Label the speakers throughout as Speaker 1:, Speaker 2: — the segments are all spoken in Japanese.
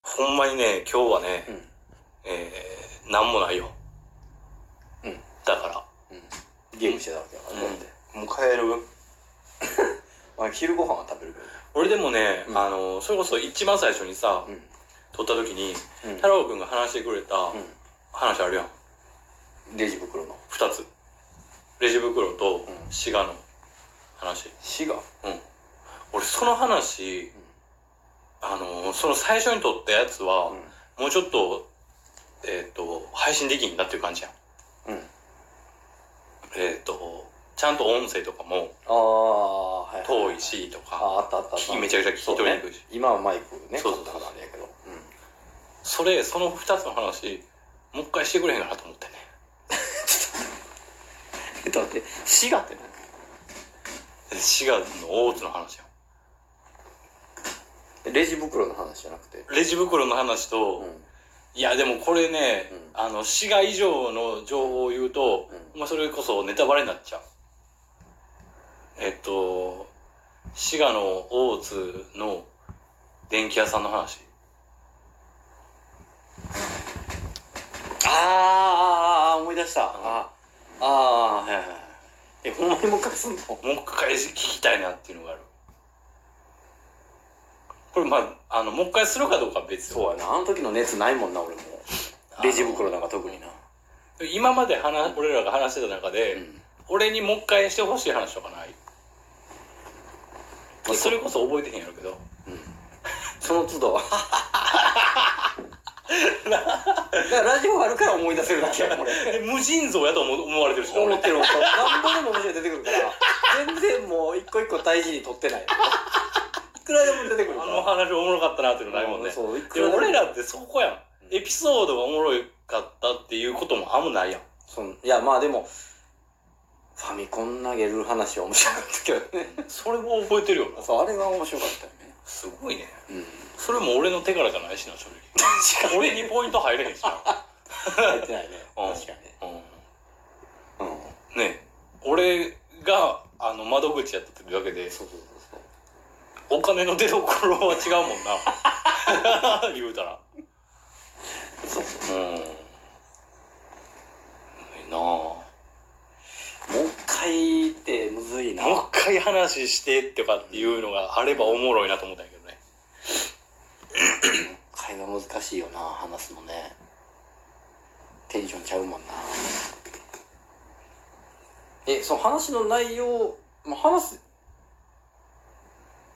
Speaker 1: ほんまにね、今日はね、
Speaker 2: うん
Speaker 1: えー、なんもないよ。
Speaker 2: うん
Speaker 1: だから、
Speaker 2: うんゲームしてたわけだから
Speaker 1: うん
Speaker 2: だって
Speaker 1: もう帰 る。
Speaker 2: まあ昼ご飯は食べるけど
Speaker 1: 俺でもね、
Speaker 2: うん
Speaker 1: あの、それこそ一番最初にさ、
Speaker 2: うん
Speaker 1: 撮った時に、
Speaker 2: うん
Speaker 1: 太郎くんが話してくれた
Speaker 2: う
Speaker 1: 話あるやん。
Speaker 2: んレジ袋の
Speaker 1: 二つ。レジ袋と
Speaker 2: う、ん
Speaker 1: 滋賀の話。
Speaker 2: 滋賀
Speaker 1: うん。俺、その話、あの、その最初に撮ったやつは、もうちょっと、えっ、と、配信できんだっていう感じやん。
Speaker 2: うん
Speaker 1: えっ、と、ちゃんと音声とかも
Speaker 2: ああはいは
Speaker 1: 遠いしと
Speaker 2: あ
Speaker 1: か、
Speaker 2: ああったあったあった
Speaker 1: 聞きめちゃくちゃ聞き取りにくいし。
Speaker 2: そうね今はマイクね
Speaker 1: そうそうそう
Speaker 2: 買ったからあれやけどうん
Speaker 1: それ、その二つの話、もう一回してくれへんかなと思ってね。
Speaker 2: えっと待って滋賀って何
Speaker 1: で滋賀の大津の話や
Speaker 2: えレジ袋の話じゃなくて
Speaker 1: ん。レジ袋の話と、
Speaker 2: うん
Speaker 1: いや、でもこれね、
Speaker 2: うん
Speaker 1: あの、滋賀以上の情報を言うと、
Speaker 2: う
Speaker 1: まあ、それこそネタバレになっちゃう。えっと、滋賀の大津の電気屋さんの話。
Speaker 2: あーあーあー思い出したあーあーはいはいはいえほんまにもう一回すんの
Speaker 1: もう一回聞きたいなっていうのがある。これ、まあ、あの、もう一回するかどうかは別
Speaker 2: そうやなあの時の熱ないもんな俺もレジ袋なんか特にな
Speaker 1: 今まで話、俺らが話してた中で、
Speaker 2: うん
Speaker 1: 俺にもう一回してほしい話とかない、
Speaker 2: あ
Speaker 1: それこそ覚えてへんやろけど。
Speaker 2: その都 度だからラジオあるから思い出せるだけやこれ
Speaker 1: え 無尽蔵やと思思われてるしな、
Speaker 2: 思
Speaker 1: 俺
Speaker 2: っ。てる何本でも面白いの出てくるから全然もう一個一個大事に取ってないいくらでも出てくるか
Speaker 1: あ
Speaker 2: ら
Speaker 1: の話おもろかったなっていうのないもんね。
Speaker 2: そういく
Speaker 1: で
Speaker 2: らで
Speaker 1: も
Speaker 2: も
Speaker 1: 俺らってそこやん。エピソードがおもろかったっていうこともあんまないやん。
Speaker 2: そんいやまあでもファミコン投げる話は面白かったけどね
Speaker 1: それも覚えてるよな。
Speaker 2: そうあれが面白かったよね
Speaker 1: すごいね。
Speaker 2: うん
Speaker 1: それも俺の手からじゃないしな、正
Speaker 2: 確
Speaker 1: 直。 俺にポイント入れへんしな。
Speaker 2: かに入ってないね
Speaker 1: うん
Speaker 2: 確かにね
Speaker 1: う
Speaker 2: うん
Speaker 1: ん。ね俺が、あの、窓口やったってわけで、
Speaker 2: そうそうそう
Speaker 1: お金の出所は違うもんな。 言うたら。
Speaker 2: そうそう
Speaker 1: うん。いいなあ
Speaker 2: そうもう一回ってむずいな
Speaker 1: もう一回話してとかっていうのがあればおもろいなと思ったんやけどね。
Speaker 2: 会話難しいよな話すのねテンションちゃうもんなえその話の内容もう話す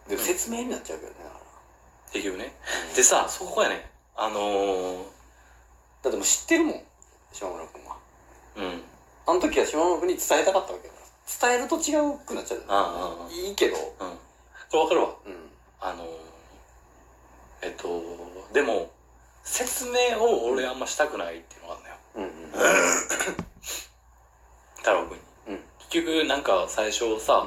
Speaker 2: でも説明になっちゃうけどねだから
Speaker 1: できるね。でさ、そこやね。あのー、
Speaker 2: だってもう知ってるもん島村君は
Speaker 1: うん。
Speaker 2: あの時は島村君に伝えたかったわけだから伝えると違うくなっちゃうじ
Speaker 1: あああ
Speaker 2: ゃんいいけど
Speaker 1: うん。これわかるわ。
Speaker 2: うん
Speaker 1: あのー、えっと、でも、説明を俺あんましたくないっていうのがあるのよ。
Speaker 2: うん
Speaker 1: 太郎くんに。
Speaker 2: うんうん
Speaker 1: 結局なんか最初さ、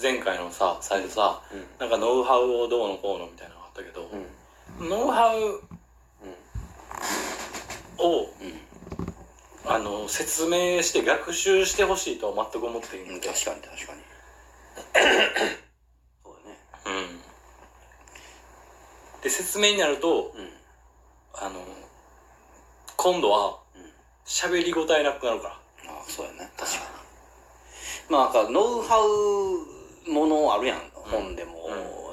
Speaker 1: 前回のさ、最初さ、
Speaker 2: うん
Speaker 1: なんかノウハウをどうのこうのみたいなのがあったけど、
Speaker 2: うん
Speaker 1: ノウハウ
Speaker 2: うん
Speaker 1: を、
Speaker 2: うん
Speaker 1: あの、説明して学習してほしいとは全く思っている
Speaker 2: うんん
Speaker 1: で。
Speaker 2: 確かに確かにそうだね
Speaker 1: うん。で、説明になると、
Speaker 2: うん
Speaker 1: あの、今度は
Speaker 2: うん、
Speaker 1: 喋り応えなくなるから。
Speaker 2: ああそうやね確かにまあなんかノウハウものあるやん、本でも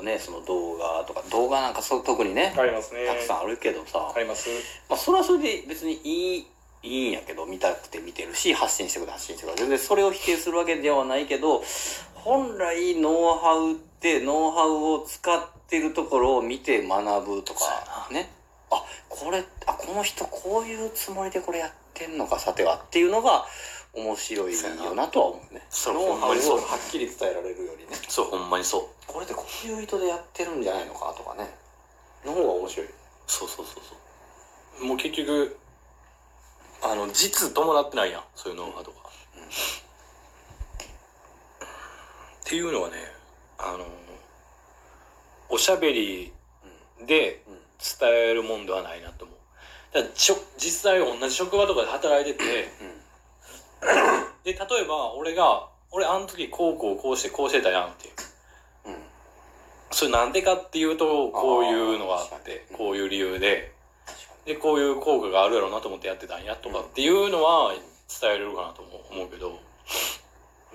Speaker 2: ねその動画とか動画なんかそう特にね
Speaker 1: ありますね
Speaker 2: たくさんあるけどさ、
Speaker 1: ります。
Speaker 2: まあ、それはそれで別にいいいいんやけど見たくて見てるし発信してくれて発信してくれて全然それを否定するわけではないけど本来ノウハウってノウハウを使ってるところを見て学ぶと
Speaker 1: そう
Speaker 2: かねあこれあこの人こういうつもりでこれやってんのかさてはっていうのが面白いよなとは思うね
Speaker 1: そうやな
Speaker 2: ノウハウ
Speaker 1: そうほんまにそう
Speaker 2: をはっきり伝えられるよりね
Speaker 1: そう、ほんまにそう。
Speaker 2: これってこういう意図でやってるんじゃないのかとかねの方が面白い
Speaker 1: そうそうそうそう。もう結局、あの、実伴ってないやん。そういうノウハウとか。っていうのはね、あの、おしゃべりで
Speaker 2: うん
Speaker 1: 伝えるもんではないなと思う。だからちょ実際同じ職場とかで働いてて、
Speaker 2: うん
Speaker 1: で、例えば俺が、俺あの時こうこうこうしてこうしてたやんっていう。
Speaker 2: うん
Speaker 1: それなんでかっていうと、こういうのがあっ
Speaker 2: あー確
Speaker 1: て
Speaker 2: か、に
Speaker 1: こういう理由で、
Speaker 2: 確かに
Speaker 1: で、こういう効果があるやろうなと思ってやってたんやとかっていうのは伝えれるかなと思う思うけど、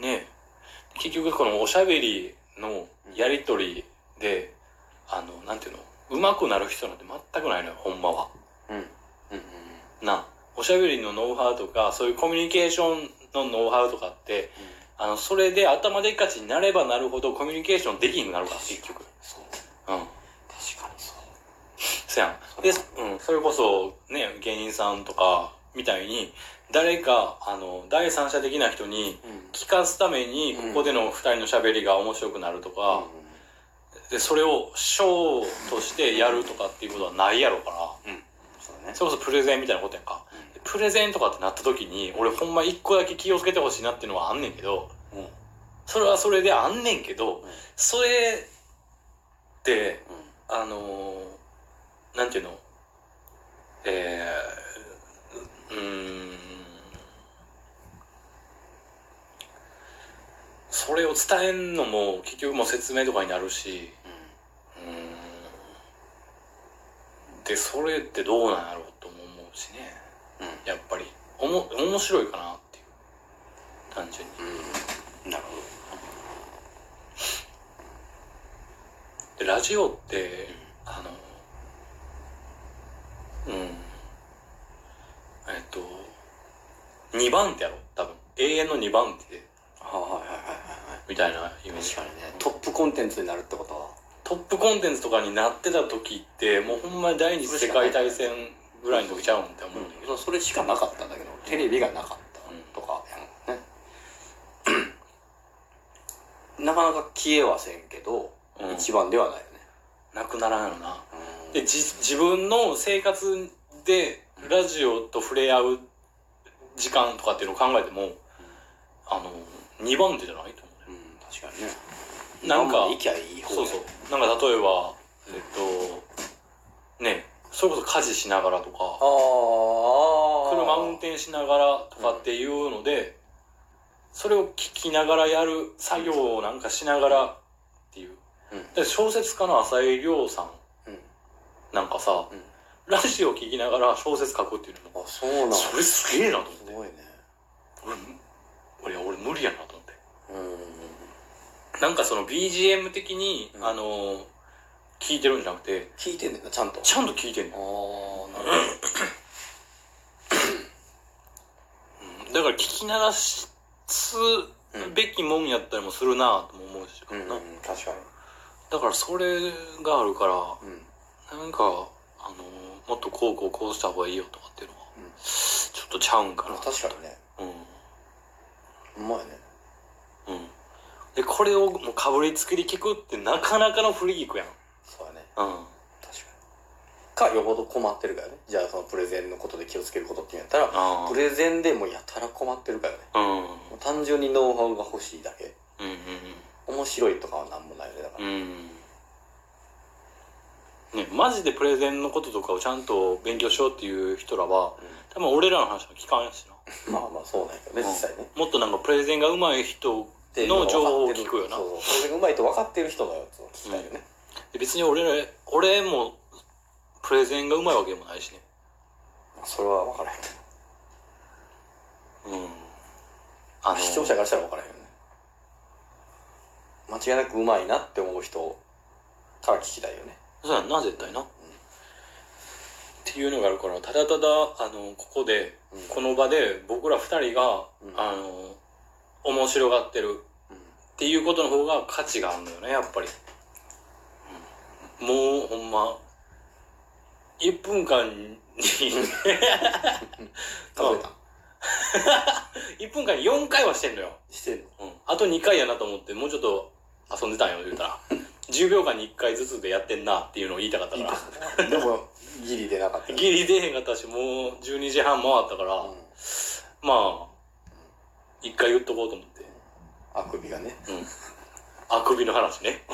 Speaker 1: ねえ結局このおしゃべりのやりとりで、あの、なんていうの、上手くなる人なんて全くないのよ、ほんまは。
Speaker 2: うんうんうん
Speaker 1: な、おしゃべりのノウハウとか、そういうコミュニケーションのノウハウとかって、あの、それで頭でっかちになればなるほどコミュニケーションできんくなるから、結局。
Speaker 2: そう
Speaker 1: うん。
Speaker 2: 確かにそう
Speaker 1: そやん。で、うん、それこそ、ね、芸人さんとか、みたいに、誰か、あの、第三者的な人に、
Speaker 2: うん
Speaker 1: 聞かすために、
Speaker 2: うん
Speaker 1: ここでの二人の喋りが面白くなるとか、で、それをショーとしてやるとかっていうことはないやろか
Speaker 2: うんそうだね
Speaker 1: ら、それこそプレゼンみたいなことやんか。
Speaker 2: う
Speaker 1: プレゼンとかってなった時に、俺ほんま一個だけ気をつけてほしいなっていうのはあんねんけど、
Speaker 2: んうん
Speaker 1: それはそれであんねんけど、それって、あのー、なんていうのえー、うーん。それを伝えんのも結局もう説明とかになるし、うーん。で、それってどうなんやろうとも思うしね。
Speaker 2: う
Speaker 1: やっぱり、おも、面白いかなっていう。単純に。
Speaker 2: んなるほど
Speaker 1: でラジオって、あの、うん。えっと、2番手やろ多分。永遠の2番手
Speaker 2: はいはいはいはいはい
Speaker 1: みたいなイメージ
Speaker 2: 確か。にねトップコンテンツになるってことは
Speaker 1: トップコンテンツとかになってた時って、もうほんまに第二次世界大戦ぐらいの時ちゃうんって思うんだけど。
Speaker 2: それしかなかったんだけどテレビがなかったとかやんね、なかなか消えはせんけど、
Speaker 1: うん
Speaker 2: 一番ではないよね、
Speaker 1: なくならんよな。
Speaker 2: で
Speaker 1: で、じ、自分の生活でラジオと触れ合う時間とかっていうのを考えても、あの、2番手じゃないと思うね。
Speaker 2: うん確かにね
Speaker 1: なんか
Speaker 2: 生きゃいい方
Speaker 1: そうそう。なんか例えば、えっと、ね、それこそ家事しながらとか、
Speaker 2: ああ
Speaker 1: 車運転しながらとかっていうので、それを聞きながらやる作業をなんかしながらっていう。
Speaker 2: うん
Speaker 1: で小説家の浅井亮さん
Speaker 2: うん
Speaker 1: なんかさ、
Speaker 2: う
Speaker 1: ラジオ聞きながら小説書くっていうの
Speaker 2: んあそうなんだ
Speaker 1: それすげえなと思っ
Speaker 2: す
Speaker 1: て。
Speaker 2: ごいね
Speaker 1: 俺、俺、俺無理やなと思って。
Speaker 2: うん
Speaker 1: なんかその BGM 的に、
Speaker 2: うん
Speaker 1: あの、聞いてるんじゃなくて、
Speaker 2: 聞いてんねんなちゃんと
Speaker 1: ちゃんと聞いてんの
Speaker 2: ああなる
Speaker 1: だから聞き流すべきもんやったりもするなぁとも思うし、
Speaker 2: ほど、
Speaker 1: な
Speaker 2: うん、確か
Speaker 1: だからそれがあるから
Speaker 2: にうん
Speaker 1: なんかあのーもっとこうこうこうした方がいいよとかっていうのは、
Speaker 2: うん
Speaker 1: ちょっとちゃうんかな
Speaker 2: 確かにね
Speaker 1: う
Speaker 2: うまいね
Speaker 1: んうんでこれをもうかぶりつきで聞くってなかなかのフリークやん
Speaker 2: そうだね
Speaker 1: うん
Speaker 2: 確かにかよほど困ってるからねじゃあそのプレゼンのことで気をつけることっていうんやったら
Speaker 1: あ
Speaker 2: プレゼンでもうやたら困ってるからね
Speaker 1: あうんうん
Speaker 2: もう単純にノウハウが欲しいだけ
Speaker 1: う
Speaker 2: 面白いとかはなんもないよねだから、
Speaker 1: んうんうんねマジでプレゼンのこととかをちゃんと勉強しようっていう人らは多分俺らの話は聞かんしな
Speaker 2: まあまあそうなんやけどね
Speaker 1: うん
Speaker 2: 実際ね
Speaker 1: もっとなんかプレゼンが上手い人
Speaker 2: で
Speaker 1: の情報を聞くよな
Speaker 2: そうそうそれがうまいと分かってる人のやつを聞きたいよね、
Speaker 1: で別に俺ら俺もプレゼンが上手いわけでもないしね
Speaker 2: まあそれは分からへんけど
Speaker 1: うんあの
Speaker 2: 視聴者からしたら分からへんよね間違いなくうまいなって思う人から聞きたいよね
Speaker 1: そうやんな絶対な、っていうのがあるからただただあのここで、
Speaker 2: うん
Speaker 1: この場で僕ら二人が、
Speaker 2: うん
Speaker 1: あの面白がってるっていうことの方が価値があるのよねやっぱり、うんもうほんま1分間に
Speaker 2: 数えた
Speaker 1: 1分間に4回はしてんのよ
Speaker 2: してんの
Speaker 1: うんあと2回やなと思って、もうちょっと遊んでたんよ、言うたら。10秒間に1回ずつでやってんなっていうのを言いたかったから。
Speaker 2: でもギリ出なかったよ
Speaker 1: ギリ出へんかったし、もう12時半回ったから、
Speaker 2: うん
Speaker 1: まあ、1回言っとこうと思って。
Speaker 2: あくびがね
Speaker 1: うん。あくびの話ね。